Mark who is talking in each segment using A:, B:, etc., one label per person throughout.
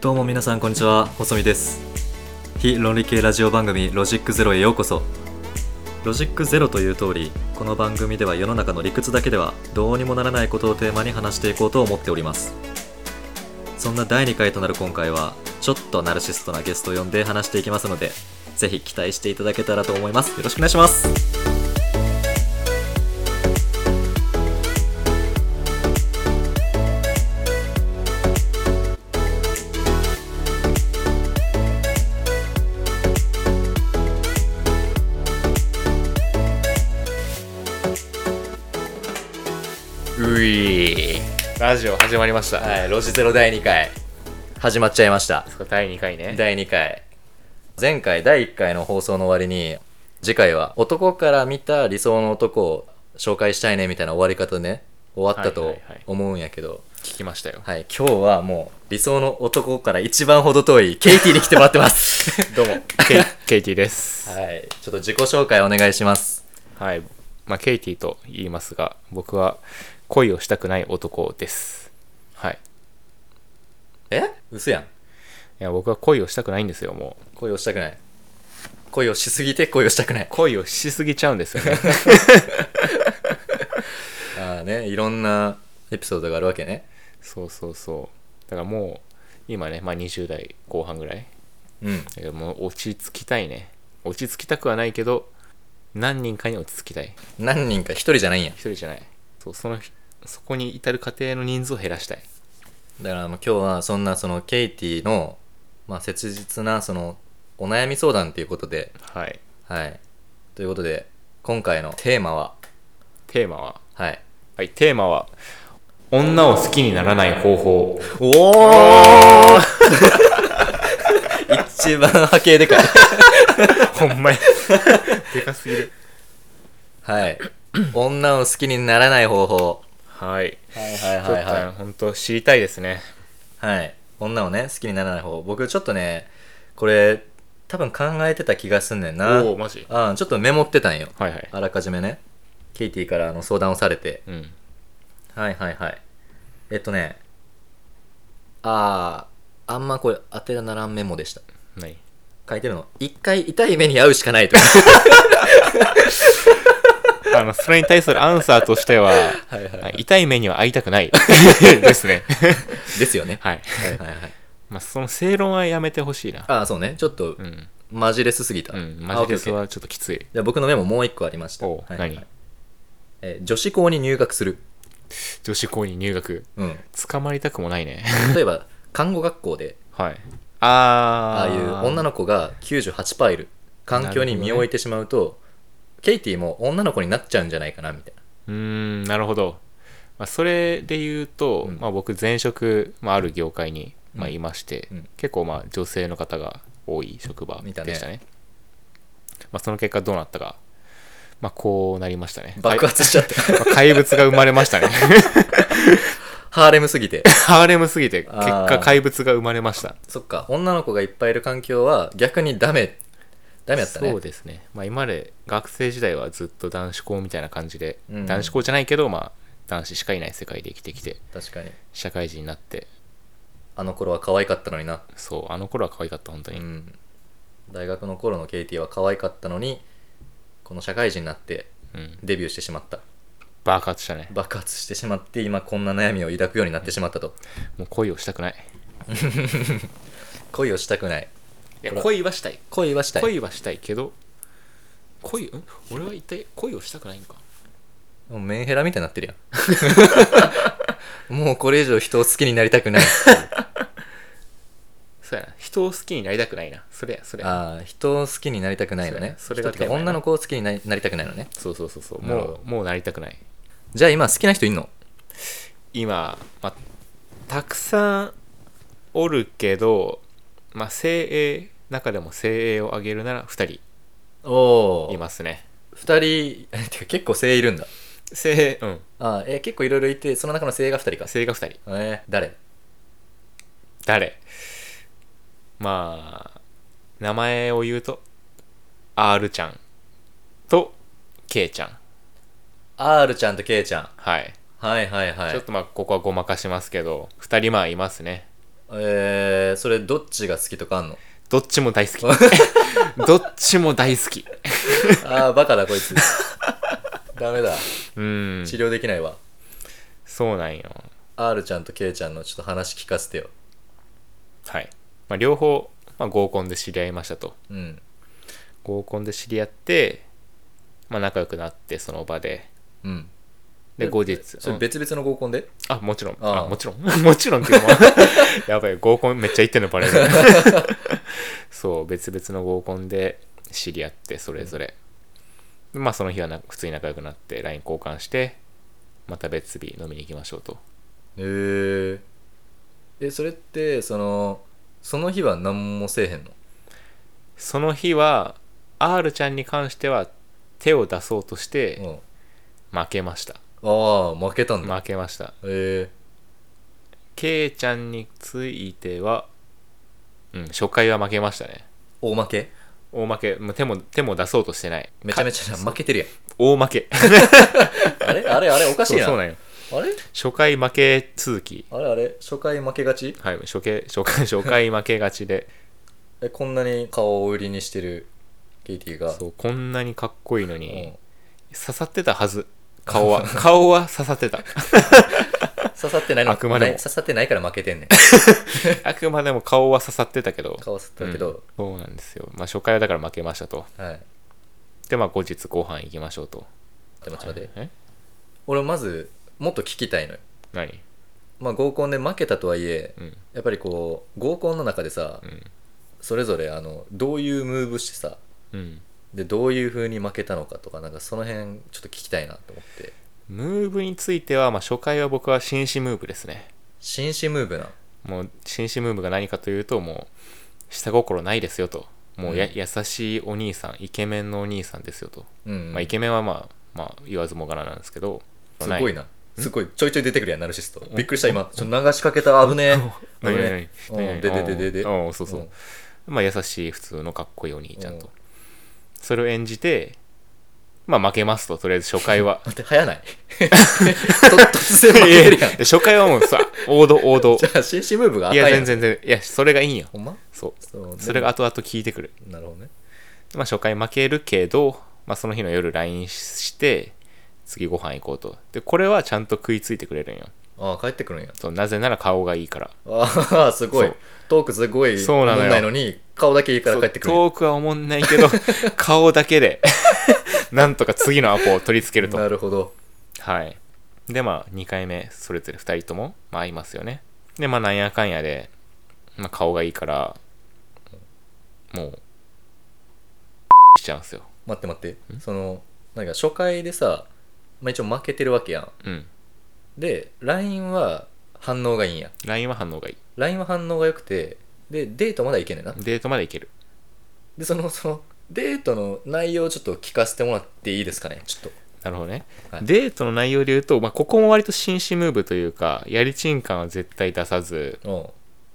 A: どうも皆さんこんにちは細見です非論理系ラジオ番組ロジックゼロへようこそロジックゼロという通りこの番組では世の中の理屈だけではどうにもならないことをテーマに話していこうと思っておりますそんな第2回となる今回はちょっとナルシストなゲストを呼んで話していきますのでぜひ期待していただけたらと思いますよろしくお願いします
B: ういラジオ始まりました、
A: はいロジゼロ第2回始まっちゃいました
B: 第2回ね
A: 第2回前回第1回の放送の終わりに次回は男から見た理想の男を紹介したいねみたいな終わり方ね終わった
B: はい
A: と
B: はいはい
A: 思うんやけど
B: 聞きました よ、
A: はい、今日はもう理想の男から一番ほど遠いケイティに来てもらってます
B: どうもケイケイティです
A: はいちょっと自己紹介お願いします
B: はい、まあ、ケイティと言いますが僕は恋をしたくない男ですはい
A: え嘘やん
B: いや僕は恋をしたくないんですよもう
A: 恋をしたくない恋をしすぎて恋をしたくない
B: 恋をしすぎちゃうんですよね
A: ああねいろんなエピソードがあるわけね
B: そうそうそうだからもう今ね、まあ、20代後半ぐらい
A: うん
B: だけどもう落ち着きたいね落ち着きたくはないけど何人かに落ち着きたい
A: 何人か一人じゃないんや
B: 一人じゃないそうそのそこに至る過程の人数を減らしたい
A: だからもう今日はそんなそのケイティの、まあ、切実なそのお悩み相談ということで
B: はい
A: はいということで今回のテーマは
B: テーマは
A: はい
B: はいテーマは女を好きにならない方法
A: おお 一番波形でかい
B: ほんまやでかすぎる
A: はい女を好きにならない方法
B: はい
A: はいはい
B: ちょっとね本当知りたいですね
A: はい女をね好きにならない方僕ちょっとねこれ多分考えてた気がすんねんな
B: おおマジ
A: ああちょっとメモってたんよ
B: はいはい
A: あらかじめねケイティからあの相談をされて
B: うん
A: はいはいはいえっとねあああんまこれ当てらならんメモでした
B: 何
A: 書いてるの一回痛い目に遭うしかないと
B: あのそれに対するアンサーとしては
A: はいはい
B: はい痛い目には会いたくない ですね
A: ですよね
B: はい、
A: はいはいはい
B: まあ、その正論はやめてほしいな
A: ああそうねちょっと
B: うん
A: マジレスすぎた、
B: うんマジでそ
A: あ OK OK
B: れはちょっときつい
A: じゃあ僕のメモもう一個ありました
B: おう
A: はい
B: 何
A: えー女子校に入学する、
B: 女子校に入学
A: うん、
B: 捕まりたくもないね
A: 例えば看護学校で
B: はいあ
A: ああいう女
B: の
A: の子が98%いる環境に身を置いてしまうと、ケイティも女の子になっちゃうんじゃないかなみたいう
B: ーんなるほど、まあ、それで言うと、
A: うん
B: まあ、僕前職、まあ、ある業界に、まあ、
A: うん
B: いまして、
A: うん
B: 結構まあ女性の方が多い職場で
A: 見
B: した
A: た
B: ね
A: ね
B: まあ、その結果どうなったか、まあ、こうなりましたね
A: な爆発しちゃった
B: 怪,、まあ怪物が生まれましたね
A: ハーレムすぎて
B: ハーレムすぎて結
A: あ
B: 果
A: ー
B: 怪物が生まれました
A: そっか女の子がいっぱいいる環境は逆にダメダメやったね
B: そうですね、まあ、今まで学生時代はずっと男子校みたいな感じで、
A: うん
B: 男子校じゃないけど、まあ、男子しかいない世界で生きてきて
A: 確かに
B: 社会人になって
A: あの頃は可愛かったのにな、
B: そうあの頃は可愛かった本当
A: う
B: に、
A: ん、大学の頃のケイティは可愛かったのにこの社会人になって
B: うん、
A: デビューしてしまった
B: 爆発したね
A: 爆発してしまって今こんな悩みを抱くようになってしまったと
B: もう恋をしたくない
A: 恋をしたくない
B: いや
A: これ
B: 恋はしたい
A: 恋はしたい
B: 恋はしたいけど恋ん俺は一体恋をしたくないんか
A: もうメンヘラみたいになってる やんもうこれ以上人を好きになりたくない
B: そうやな人を好きになりたくないなそれやそれや
A: ああ人を好きになりたくないのね
B: そうやそれ
A: 人
B: が
A: っていう
B: テー
A: か
B: マやな
A: 女の子を好きになりなりたくないのね
B: そうそうそうそう
A: なるほ
B: もうもうなりたくない
A: じゃあ今好きな人いんの
B: 今、まあ、たくさんおるけど、まあ、精鋭中でも精鋭を挙げるなら2人
A: おお
B: いますね
A: 2人てか結構精鋭いるんだ
B: 精鋭うん
A: あーえー結構いろいろいてその中の精鋭が2人か
B: 精鋭が2人
A: えー、誰
B: 誰まあ名前を言うと R ちゃんと K ちゃん
A: ?R ちゃんと K ちゃん
B: はい、
A: はいはいはい
B: ちょっとまあここはごまかしますけど2人まあいますね
A: えー、それどっちが好きとかあん の
B: どっちも大 好きどっちも大好き
A: ああバカだこ いつダメだ
B: うん
A: 治療できないわ、
B: そうなんよ
A: R ちゃんと K ちゃんのちょっと話聞かせてよ
B: はい、まあ、両方、まあ、合コンで知り合いましたと
A: うん
B: 合コンで知り合って、まあ、仲良くなってその場で
A: うん
B: で後日
A: それ
B: うん
A: 別々の合コンで、
B: あもちろん
A: あ
B: あ
A: あ
B: もちろん もちろんっていうか、まあやばい合コンめっちゃ行ってんのバレる そう別々の合コンで知り合ってそれぞれ、まあその日はな普通に仲良くなって LINE 交換してまた別日飲みに行きましょうと
A: へええそれってそのその日は何もせえへんの
B: その日は R ちゃんに関しては手を出そうとして
A: うん
B: 負けました
A: ああ負けたんだ、
B: 負けました
A: え
B: K ちゃんについてはうん初回は負けましたね
A: ー、大負け
B: 大負けもう手も手も出そうとしてない
A: めちゃめちゃ負けてるやん
B: 大負け
A: あれあれあれおかしい
B: そう
A: な
B: そうなんよ
A: あれ
B: 初回負け続き
A: あれあれ初回負けがち
B: はい初回初回初回負けが ちで
A: えこんなに顔を売りにしてるケイティが
B: そうこんなにかっこいいの
A: うん
B: に刺さってたはず 顔は顔は刺さってた
A: 刺さってないの
B: あくまでも
A: ない刺さってないから負けてんねん
B: あくまでも顔は刺さってたけど
A: 顔刺さったけど、
B: うんそうなんですよ、まあ、初回はだから負けましたと
A: はい
B: でまあ後日ご飯行きましょうと
A: でもちょっと待って
B: え
A: 俺まずもっと聞きたいのよ
B: 何
A: まあ合コンで負けたとはいえ
B: うん
A: やっぱりこう合コンの中でさ
B: うん
A: それぞれあのどういうムーブしてさ
B: うん
A: でどういう風に負けたのかとかなんかその辺ちょっと聞きたいなと思って
B: ムーブについては、まあ、初回は僕は紳士ムーブですね
A: 紳士ムーブな
B: もう紳士ムーブが何かというともう下心ないですよともうや、
A: うん
B: 優しいお兄さんイケメンのお兄さんですよと、
A: うん、
B: まあ、イケメンはまあ、まあ、言わずもがななんですけど
A: すごい
B: な
A: なすごいちょいちょい出てくるやんナルシストびっくりした今ちょっと流しかけた危 ねえ危
B: 何何
A: ねえ
B: 何
A: うんででででで
B: うんうんそうそう、まあ、優しい普通のかっこいいお兄ちゃんと、それを演じてまあ負けますととりあえず初回は
A: 待って、早ない と突 然負けるやん。
B: で初回はもうさ王道王道
A: じゃあ、紳士ムーブが
B: い
A: 赤い
B: や
A: やん。
B: 全然全然いやそれがいいんよ
A: ほんま
B: そう
A: そう
B: それが。後々効いてくる
A: でもなるほどね。
B: まあ、初回負けるけど、まあ、その日の夜 LINE して次ご飯行こうとでこれはちゃんと食いついてくれるんよ
A: ああ、帰ってくるんや。
B: そうなぜなら顔がいいから
A: ああ、すごい
B: そう。
A: トー クすごい
B: そうなのよ
A: 問題のに、顔だけいいから帰ってくるんや。
B: そう遠くは思んない けど顔だけで なんとか次のアポを取り付けると
A: なるほど。
B: はいでまあ2回目それぞれ2人とも、まあ、会いますよねでまあなんやかんやで、まあ、顔がいいからもうしちゃうんすよ
A: 待って待って。その、なんか初回でさ、まあ一応負けてるわけやん。
B: うん
A: で、LINE は反応がいいんや。
B: LINE は反応がいい
A: LINE は反応が良くて、で、デートまだいけねえな。
B: デートまで行ける
A: で、その、その、デートの内容をちょっと聞かせてもらっていいですかね、ちょっと。
B: なるほどね、
A: はい
B: デートの内容で言うと、まあ、ここも割と紳士ムーブというかやりちん感は絶対出さず、
A: うん。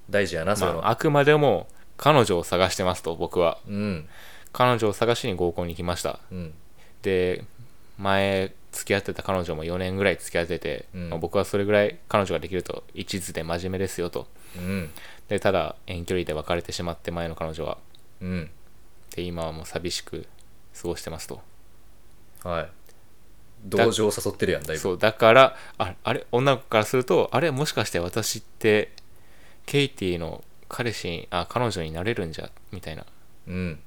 A: 大事やな、そ
B: ま
A: れは。
B: あ、あくまでも彼女を探してますと僕は
A: うん。
B: 彼女を探しに合コンに来ました
A: うん。
B: で前付き合ってた彼女も4年ぐらい付き合ってて、
A: うん
B: まあ僕はそれぐらい彼女ができると一途で真面目ですよと
A: うん。
B: でただ遠距離で別れてしまって前の彼女は
A: うん。
B: で今はもう寂しく過ごしてますと
A: はい。同情を誘ってるやん、だいぶ。
B: そうだからああれ女の子からするとあれもしかして私ってケイティの彼氏にあ彼女になれるんじゃみたいな
A: うん。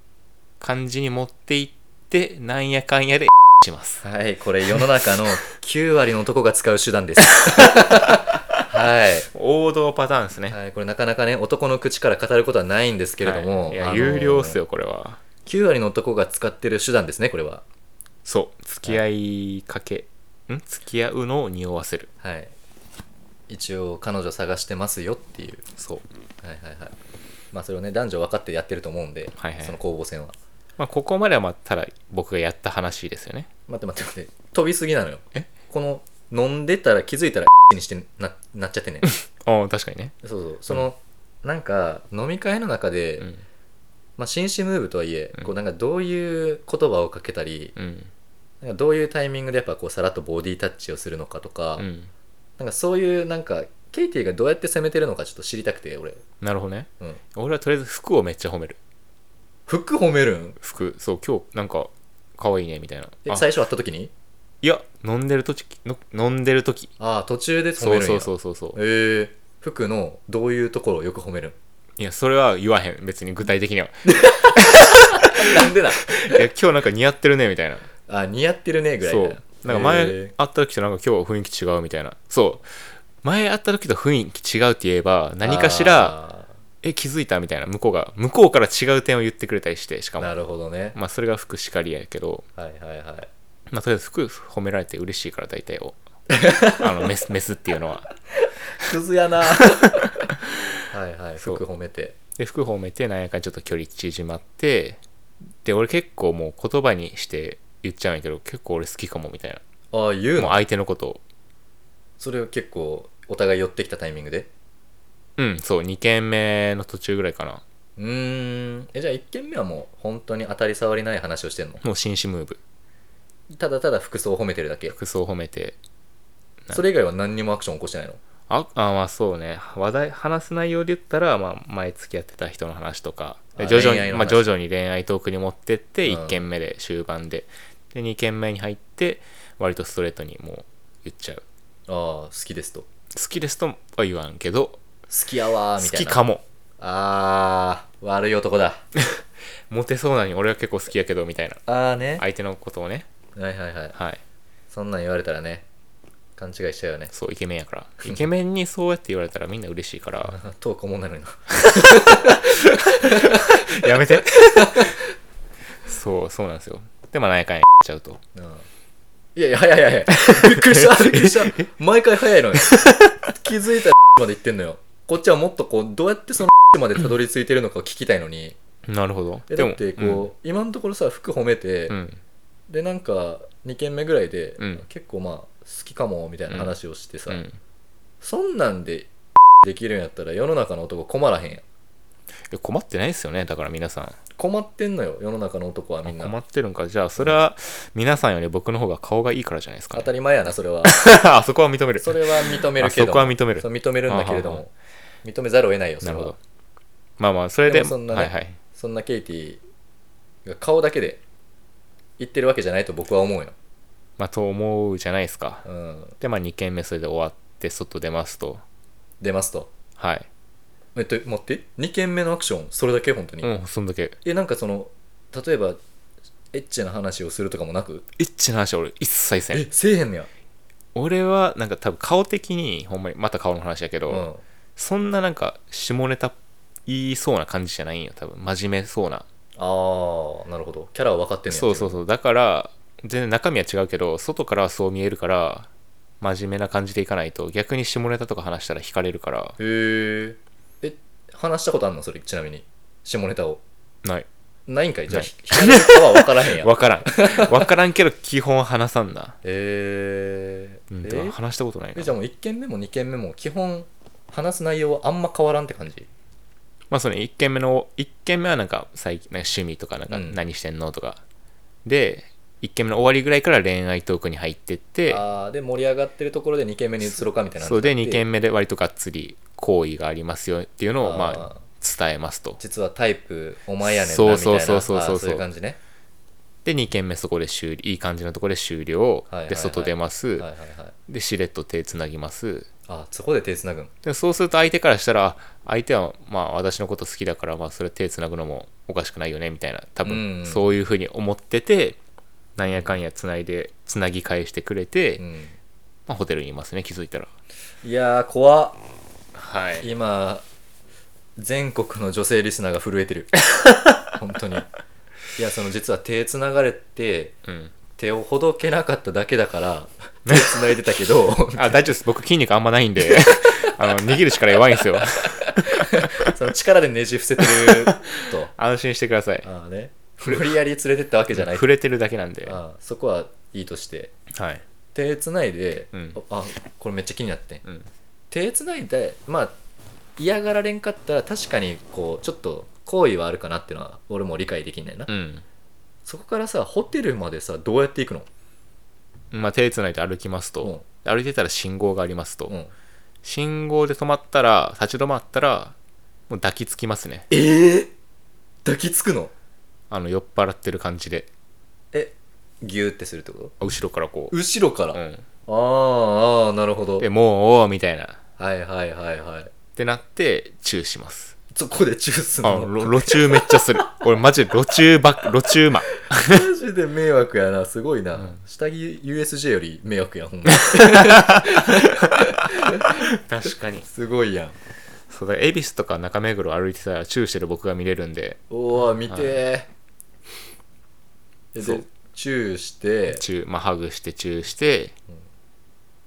B: 感じに持っていってなんやかんやで します
A: はい、これ世の中の 9割の男が使う手段です。はい。
B: 王道パターンですね、
A: はい、これなかなかね、男の口から語ることはないんですけれども。
B: はいいや、
A: あの
B: 有料っす。よこれは
A: 9割の男が使ってる手段ですね、これは。
B: そう付き合いかけ、ん付き合うのを匂わせる
A: はい。一応、彼女探してますよっていう。
B: そう、
A: はいはいはい。まあ、それをね、男女分かってやってると思うんで、
B: はいはい
A: その攻防戦は。
B: まあ、ここまではまあただ僕がやった話ですよね
A: 待って待って待って、飛びすぎなのよ。
B: え
A: この、飲んでたら気づいたら、 にしてななっちゃって ね。
B: ああ確かにね
A: そうそうその、なんか飲み会の中で、
B: うん
A: まあ、紳士ムーブとはいえ、
B: うん
A: こうなんかどういう言葉をかけたり、
B: うん
A: なんかどういうタイミングでやっぱこうさらっとボディタッチをするのかとか、
B: うん
A: なんかそういうなんかケイティがどうやって攻めてるのかちょっと知りたくて俺、
B: なるほどね
A: うん、
B: 俺はとりあえず服をめっちゃ褒める
A: 服褒めるん
B: 服そう今日なんか可愛いねみたいな
A: え
B: あ
A: 最初会った時に
B: いや飲んでる時の飲んでる時
A: ああ途中で褒
B: そ
A: め
B: う
A: るんや
B: そうそうそうそう
A: えー、服のどういうところをよく褒める
B: いやそれは言わへん別に具体的には
A: んなんでだ
B: いや今日なんか似合ってるねみたいな
A: あー似合ってるねぐらい
B: そ
A: な
B: うなんか前
A: え
B: 会った時となんか今日雰囲気違うみたいなそう前会った時と雰囲気違うって言えば
A: ー
B: 何かしら
A: あ
B: え気づいたみたいな向こうが向こうから違う点を言ってくれたりしてし
A: ー
B: かも
A: なるほどね
B: まあそれが服しかりやけど
A: はいはい はい
B: まあとりあえず服褒められて嬉しいから大体 をあのメスメスっていうのは
A: クズ やなはいはい
B: そう
A: 服褒めて
B: で服褒めてなんやかんやちょっと距離縮まってで俺結構もう言葉にして言っちゃうんやけど結構俺好きかもみたいな
A: ああ言う
B: もう
A: の
B: 相手のことを
A: それを結構お互い寄ってきたタイミングで
B: うんそう2軒目の途中ぐらいかな
A: うーんえじゃあ1軒目はもう本当に当たり障りない話をしてんの
B: もう紳士ムーブ
A: ただただ服装を褒めてるだけ
B: 服装褒めて
A: それ以外は何にもアクション起こしてないの
B: ああまあそうね話題話す内容で言ったら、まあ、前付き合ってた人の話とかで
A: あ
B: 徐々
A: 恋愛
B: に、
A: の
B: まあ、
A: 話
B: 徐々に恋愛トークに持ってって
A: うん
B: 1軒目で終盤で,、で2軒目に入って割とストレートにもう言っちゃう
A: ああ好きですと好
B: 好きですとは言わんけど
A: きやわ
B: 好
A: ーみたい
B: き
A: な
B: かも
A: あー悪い男だ
B: モテそうなのに俺は結構好きやけどみたいな
A: ああね
B: 相手のことをね
A: はいはいはい
B: はい
A: そんなん言われたらね勘違いしちゃうよね
B: そうイケメンやからイケメンにそうやって言われたらみんな嬉しいから
A: あトークおもんないのにな
B: やめてそうそうなんですよでまあ何やかんやちゃうと
A: うんいやいや早い早い早いび っくりしたびっくりした毎回早いのよ気づいたら まで言ってんのよこっちはもっとこうどうやってその までたどり着いてるのかを聞きたいのに
B: なるほど
A: えだってこう、今のところさ服褒めて、
B: うん、うん
A: でなんか2軒目ぐらいで、
B: うん
A: 結構まあ好きかもみたいな話をしてさ、
B: うん
A: そんなんで できるんやったら世の中の男困らへんやん
B: いや困ってないですよねだから皆さん
A: 困ってんのよ世の中の男はみんな
B: 困ってるんかじゃあそれは皆さんより僕の方が顔がいいからじゃないですか、
A: 当たり前やなそれは
B: あそこは認める
A: それは認めるけども
B: あそこは認める
A: そう認めるんだけれど
B: は
A: も認めざるを得ないよそ
B: な
A: れ
B: る
A: は
B: ほどまあまあそれで
A: でもそんなね
B: はいはい
A: そんなケイティが顔だけで言ってるわけじゃないと僕は思うよ、
B: まあと思うじゃないですか
A: うん、
B: でまあ2軒目それで終わって外出ますと
A: 出ますと
B: はい
A: えっと待って2件目のアクションそれだけ本当に、
B: うんそんだけ
A: えなんかその例えばエッチな話をするとかもなく
B: エッチな話は俺一切せ
A: え
B: ん
A: せえへんねや、
B: 俺はなんか多分顔的にほんまにまた顔の話やけど、
A: うん、
B: そんななんか下ネタ言いそうな感じじゃないんよ多分真面目そうな
A: ああなるほどキャラは分かってんねや
B: そうそうそうだから全然中身は違うけど外からはそう見えるから真面目な感じでいかないと逆に下ネタとか話したら惹かれるから
A: へええ話したことあんのそれちなみに下ネタを
B: ない
A: ないんかいじゃあ
B: ない
A: ひ引かれるかは分からへ んやへ
B: 分からん分からんけど基本話さんな、
A: え
B: うん、
A: え
B: だから話したことないな
A: えじゃあもう1件目も2件目も基本話す内容はあんま変わらんって感じ
B: まあその1軒目の1軒目はなんか最近なんか趣味とかなんか
A: うん
B: 何してんのとか、で1軒目の終わりぐらいから恋愛トークに入ってって
A: あーで盛り上がってるところで2件目に移ろうかみたいな
B: そうで2
A: 件
B: 軒目で割とがっつり好意がありますよっていうのをま
A: あ
B: あ伝えますと
A: 実はタイプお前やねんなみたい
B: そ
A: な
B: うそうそうそうそう
A: あーそういう感じね
B: で2軒目そこで終了いい感じのところで終了、
A: はいはいはい
B: で外出ます、
A: はいはいはい
B: でしれっと手つなぎます
A: あそこで手つなぐん
B: でそうすると相手からしたら相手はまあ私のこと好きだからまあそれ手つなぐのもおかしくないよねみたいな多
A: うん
B: 分そういうふうに思ってて、なんやかんやつないでつなぎ返してくれて、
A: うん
B: まあ、ホテルにいますね気づいたら
A: いやー怖っ
B: はい
A: 今全国の女性リスナーが震えて る本当にいやその実は手つながれて
B: うん
A: 手をほどけなかっただけだ から手つないでたけど
B: あ大丈夫です僕筋肉あんまないんで あの握る力弱いんですよ
A: その力でねじ伏せてる と
B: 安心してください
A: ああね無理やり連れてったわけじゃない
B: 触れてるだけなんでは
A: ああそこはいいとして
B: い
A: 手つないで、
B: うん
A: あこれめっちゃ気になってん
B: うん
A: 手つないでまあ嫌がられんかったら確かにこうちょっと好意はあるかなっていうのは俺も理解できんないな、
B: うん
A: そこからさホテルまでさどうやって行くの
B: まあ、手つないで歩きますと、歩いてたら信号がありますと、
A: うん、うん、
B: 信号で止まったら立ち止まったらもう抱きつきますね
A: ええ抱きつくの
B: あの酔っ払ってる感じで
A: えギューってするってこと
B: 後ろからこう、
A: 後ろから、
B: う
A: あ
B: ん、
A: ーあーなるほど
B: でもうみたいなっ
A: はいはいはいはい
B: てなってチューします
A: そこでチューすん
B: あ
A: の
B: の 路中めっちゃする俺マジで路中ばっ路中馬
A: マジで迷惑やな、すごいな。
B: ん
A: 下着 USJ より迷惑やん、 ほんま。
B: 確かに
A: すごいやん。
B: そうだ恵比寿とか中目黒歩いてたらチューしてる僕が見れるんで
A: おー、見てー。
B: そ
A: で
B: う、
A: チューして、
B: チュー、まあ、ハグしてチューして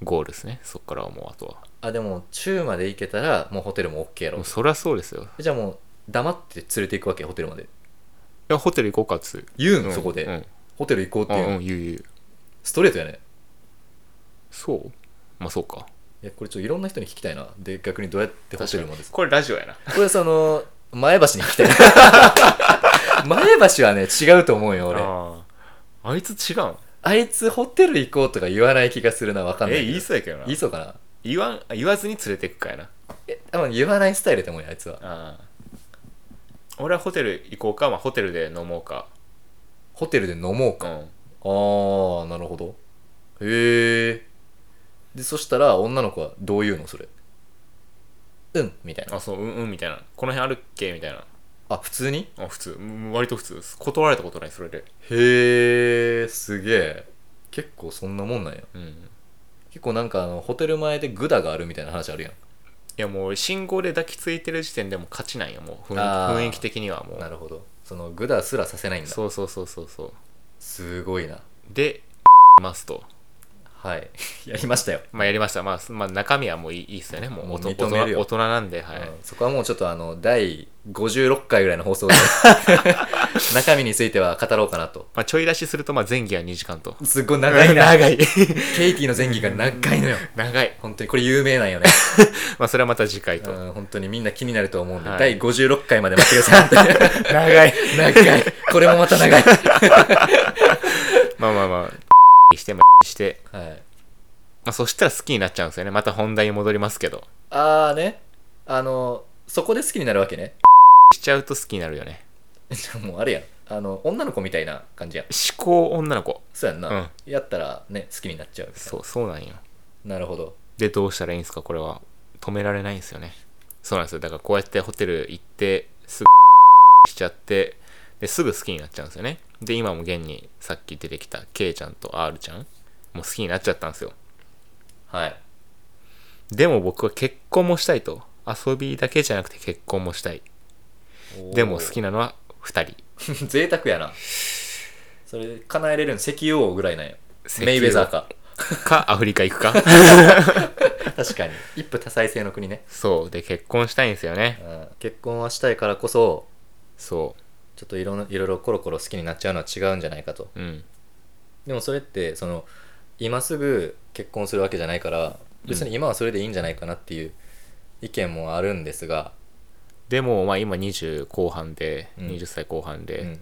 B: ゴールですねそっからはもうあとは
A: あ、でも、チューまで行けたら、もうホテルも OK や
B: も
A: ろ
B: う。そりゃそうですよい
A: じゃあもう、黙って連れて行くわけ、ホテルまで。
B: やホテル行こうかっつう
A: 言う、
B: うんん
A: そこ
B: う
A: で
B: ん。
A: ホテル行こうって
B: あ
A: いううん
B: 言う言う
A: ストレートやね。
B: そうまあそうか
A: いや、これちょっといろんな人に聞きたいな。で、逆にどうやってホテルまで。
B: これラジオやな
A: これその、前橋に聞き たい。前橋はね、違うと思うよ、俺。
B: あああいつ違うん
A: あいつホテル行こうとか言わない気がするな、わかんない
B: え
A: けど。
B: 言いそうやけどな
A: 言いそうかな。
B: 言わん言わずに連れてくかやな
A: え、多分言わないスタイルでもいい、あいつは。
B: ああ俺はホテル行こうか、まあ、ホテルで飲もうか
A: ホテルで飲もう
B: う
A: か。
B: ん
A: あー、なるほど。へえ。で、そしたら、女の子はどう言うの、それ。うん、みたいな。
B: あそううんうんみたいなこの辺あるっけみたいな
A: あ、普通に
B: あ普通うん割と普通です断られたことないそれで
A: へえ、すげえ。結構そんなもんなんや。
B: うん
A: 結構なんかあの、ホテル前でグダがあるみたいな話あるやん。
B: いやもう俺信号で抱きついてる時点でもう勝ちなんよもう雰囲
A: あー
B: 雰囲気的にはも
A: なる
B: う
A: ほど。その、グダすらさせないんだ。
B: そうそうそうそうそう
A: すごいな。
B: でますと
A: はい。 やりましたよ。
B: まあやりました、まあ、すまあ中身はもういいいいっすよねもう
A: もう
B: 大人
A: 認めるよ
B: 大人なんではい、
A: うんそこはもうちょっとあの第56回ぐらいの放送 で中身については語ろうかなと
B: まあ、ちょい出しするとまあ前期は2時間と
A: すっごい長いな
B: 長い
A: ケイティの前戯が長いのよ
B: 長い
A: 本当にこれ有名なんよね、
B: まあそれはまた次回
A: う
B: と
A: ん、本当にみんな気になると思うんで、
B: はい
A: 第56回まで待ってください
B: 長い
A: 長いこれもまた長い、
B: まあまあまあしてもして、
A: はい、
B: まあ、そしたら好きになっちゃうんですよねまた本題に戻りますけど
A: ああねあのそこで好きになるわけね
B: しちゃうと好きになるよね
A: じゃあもうあれやんあの女の子みたいな感じやん
B: 思考女の子
A: そうやんな、
B: うん
A: やったらね好きになっちゃうみたいな
B: そうそうなんよ
A: なるほど
B: でどうしたらいいんですかこれは止められないんですよねそうなんですよだからこうやってホテル行ってすぐしちゃってですぐ好きになっちゃうんですよねで今も現にさっき出てきた K ちゃんと R ちゃんもう好きになっちゃったんですよ
A: はい
B: でも僕は結婚もしたいと遊びだけじゃなくて結婚もしたいでも好きなのは2人
A: 贅沢やなそれ叶えれるの石油王ぐらいなんや
B: 石油王
A: メイウェザーか
B: かアフリカ行く か
A: 確かに一夫多妻制の国ね、
B: そうで結婚したいんですよね
A: うん、結婚はしたいからこそ
B: そ
A: ちょっといろんないろいろコロコロ好きになっちゃうのは違うんじゃないかと
B: ううん
A: でもそれってその今すぐ結婚するわけじゃないから別に今はそれでいいんじゃないかなっていう意見もあるんですが、
B: でもまあ今20後半で、
A: うん
B: 20歳後半で、
A: うん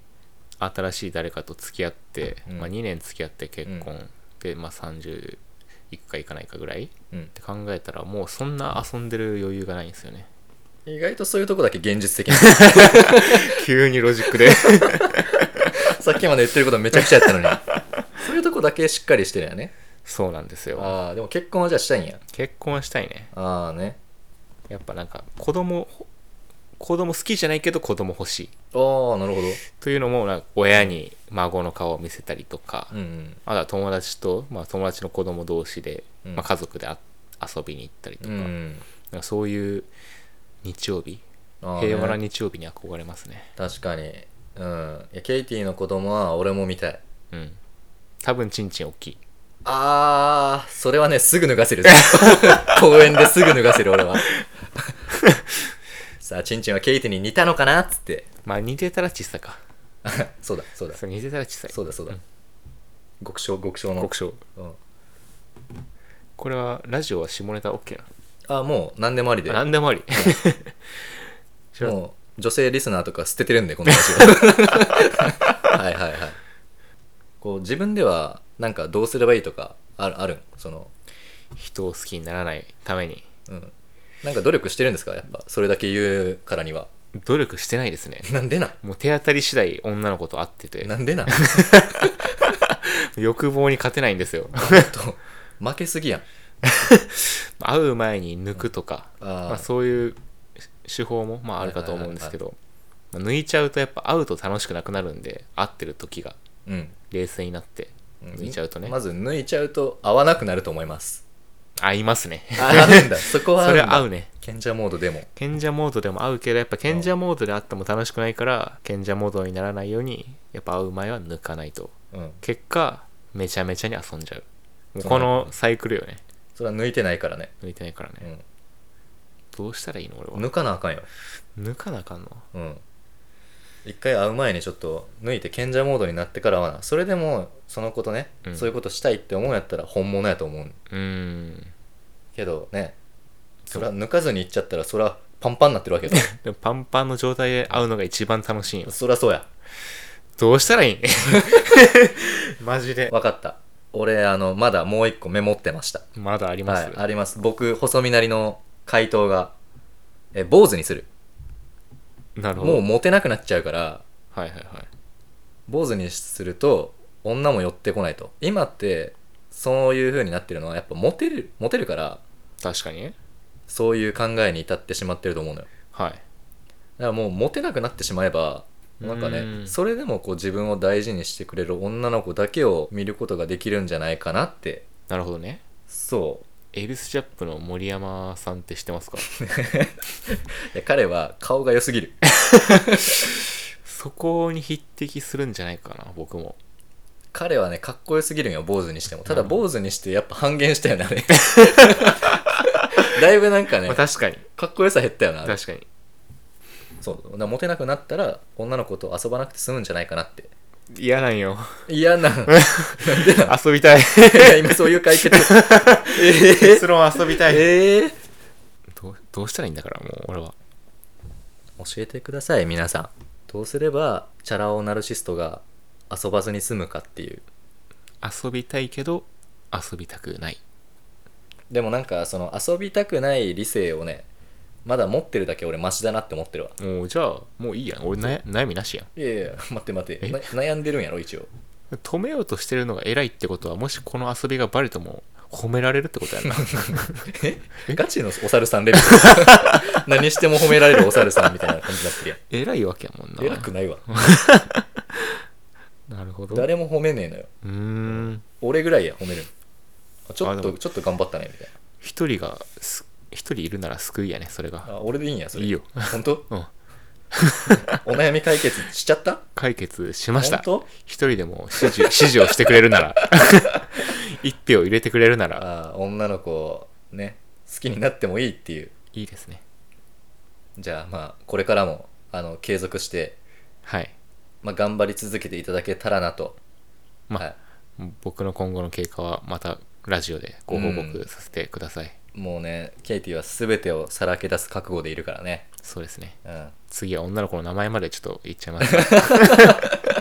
B: 新しい誰かと付き合って、
A: うん
B: まあ、2年付き合って結婚、で、まあ、30いくかいかないかぐらいっ
A: うん、
B: て考えたらもうそんな遊んでる余裕がないんですよね
A: 意外とそういうとこだけ現実的な
B: 急にロジックで
A: さっきまで言ってることめちゃくちゃやった のにそういうとこだけしっかりしてるよね
B: そうなんですよ
A: ああでも結婚はじゃあしたいんや
B: 結婚はしたいね
A: ああね
B: やっぱなんか子供子供好きじゃないけど子供欲しい
A: ああなるほど
B: というのもなんか親に孫の顔を見せたりとか、
A: うんうん
B: あとは友達と、まあ、友達の子供同士で、
A: うん
B: まあ、家族であ遊びに行ったりとか,、
A: うん
B: なんかそういう日曜日
A: あーね
B: 平和な日曜日に憧れますね
A: 確かにうんいやケイティの子供は俺も見たい
B: うん多分ちんちん大きい
A: あーそれはねすぐ脱が せる公園ですぐ脱がせる俺はさあチンチンはケイティに似たのかなっつって
B: まあ似てたら小さいか
A: そうだそうだ
B: そう似てたら小さい
A: そうだそうだ、
B: ん
A: 極小極小の
B: 極小
A: うん、
B: これはラジオは下ネタ OK な
A: あもう何でもありで
B: の何でもあり白
A: もう女性リスナーとか捨ててるんでこ の話ははいはいはいこう自分ではなんかどうすればいいとかあるあるんその
B: 人を好きにならないために
A: うん。なんか努力してるんですかやっぱ。それだけ言うからには。
B: 努力してないですね
A: なんでな
B: もう手当たり次第女の子と会ってて
A: なんでな
B: 欲望に勝てないんで すよ
A: ほんと負けすぎやん。
B: 会う前に抜くとか、
A: あー
B: まあ、そういう手法もまああるかと思うんですけど、まあ抜いちゃうとやっぱ会うと楽しくなくなるんで会ってる時が
A: うん。
B: 冷静になって抜いちゃうとね、
A: まず抜いちゃうと合わなくなると思います。
B: 会いますね
A: 合うんだ。 そこは合
B: そ
A: うん
B: れ
A: だ。
B: は会うね
A: 賢者モードでも。
B: 賢者モードでも会うけどやっぱ賢者モードで会っても楽しくないから賢者モードにならないようにやっぱ会う前は抜かないと
A: うん。
B: 結果めちゃめちゃに遊んじゃうもう
A: そう
B: このサイクルよね
A: それは抜いてないからね。
B: 抜いてないからね、
A: うん。
B: どうしたらいいの俺は
A: 抜かなあかんよ。
B: 抜かなあかんの
A: うん。一回会う前にちょっと抜いて賢者モードになってからはな。それでも、そのことね、
B: うん
A: そういうことしたいって思うんやったら本物やと思う
B: うーん
A: けどね。
B: そ
A: そうりゃ抜かずに行っちゃったら、そりゃパンパンになってるわけだ。
B: でもパンパンの状態で会うのが一番楽しいよ
A: そりゃそうや。
B: どうしたらい いマジで
A: わかった。俺、あの、まだもう一個メモってました。
B: まだありま
A: は
B: す、
A: い、あります。僕、細身なりの回答が、え、坊主にする。
B: なるほど
A: もうモテなくなっちゃうから、
B: はいはいはい
A: 坊主にすると、女も寄ってこないと。今って、そういう風になってるのは、やっぱモテる、モテるから、
B: 確かに
A: そういう考えに至ってしまってると思うのよ。
B: はい
A: だからもうモテなくなってしまえば、なんか
B: う
A: ね、
B: ん
A: それでもこう自分を大事にしてくれる女の子だけを見ることができるんじゃないかなって、
B: なるほどね
A: そう、
B: エビスジャップの森山さんって知ってま すか
A: いや彼は顔が良すぎる
B: そこに匹敵するんじゃないかな僕も
A: 彼はねかっこよすぎるんよ坊主にしてもただ坊主にしてやっぱ半減したよね あれだいぶなんかね
B: まあ、確かに
A: かっこよさ減ったよなあれ
B: 確かに
A: そうだからモテなくなったら女の子と遊ばなくて済むんじゃないかなって
B: 嫌な んよ
A: 嫌ななんでなん
B: 遊びたい
A: いや今そういう解決 え
B: 結論遊びた
A: ー、
B: い
A: えー
B: どうどうしたらいいんだからもう俺は
A: 教えてください皆さんどうすればチャラ男ナルシストが遊ばずに済むかっていう
B: 遊びたいけど遊びたくない
A: でもなんかその遊びたくない理性をねまだ持ってるだけ俺マシだなって思ってるわ
B: もうじゃあもういいやん俺な悩みなしやん
A: いやいや待って待って
B: え
A: な悩んでるんやろ一 応
B: 止めようとしてるのが偉いってことはもしこの遊びがバレても褒められるってことやな
A: ガチのお猿さんレベル 何しても褒められるお猿さんみたいな感じになってるやん
B: 偉いわけやもん な
A: 偉くないわ
B: なるほど
A: 誰も褒めねえのよ
B: うーん
A: 俺ぐらいや褒めるのあちょっ
B: あで
A: と
B: も
A: ちょっと頑張ったねみたい
B: 一人がす一人いるなら救いやねそれ
A: な
B: が
A: あ俺でいいんやそれ
B: いいよ
A: 本当
B: うん
A: お悩み解決しちゃった
B: 解決しました
A: 本当
B: 一人でも指示指 示をしてくれるなら 一票入れてくれるなら
A: あ女の子をね好きになってもいいっていう
B: いいですね
A: じゃあまあこれからもあの継続して、
B: はい
A: まあ、頑張り続けていただけたらなと
B: まあ、
A: はい
B: 僕の今後の経過はまたラジオでご報告させてください、
A: もうねケイティは全てをさらけ出す覚悟でいるからね
B: そうですね
A: うん
B: 次は女の子の名前までちょっと言っちゃいま すが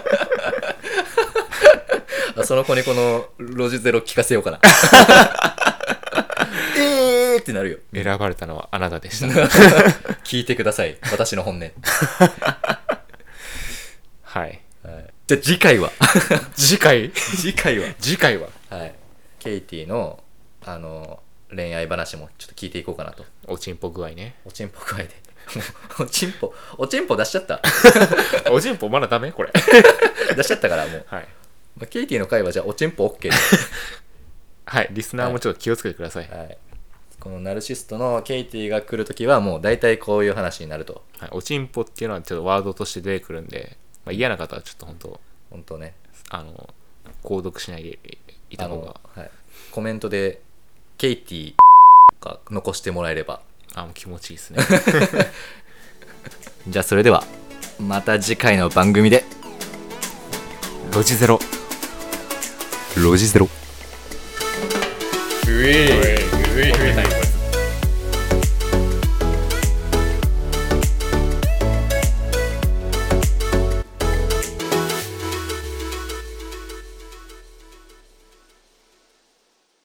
A: あその子にこのロジゼロ聞かせようか なえーってなるよ
B: 選ばれたのはあなたでした
A: 聞いてください私の本音、はい、
B: はい。
A: じゃあ次 回は
B: 次回
A: 次回は
B: 次回は
A: はいケイティのあの恋愛話もちょっと聞いていこうかなと
B: おちんぽ具合ね。
A: おちんぽ具合で おちんぽおちんぽ出しちゃった
B: おちんぽまだダメこれ。
A: 出しちゃったからもう、
B: はい。
A: まあ、ケイティの回はじゃあおちんぽ OK で
B: はい。リスナーもちょっと気をつけてください。はい。
A: はい、このナルシストのケイティが来るときはもう大体こういう話になると
B: おちんぽっていうのはちょっとワードとして出てくるんで、まあ、嫌な方はちょっと本当
A: 本当ね
B: あの、購読しないでいた
A: あ
B: 方
A: の
B: が、、
A: はい、コメントでケイティが残してもらえれば
B: あの気持ちいい ですね。
A: じゃあそれではまた次回の番組で
B: ロジゼロ。
A: ロジゼロ
B: うえい。うえい。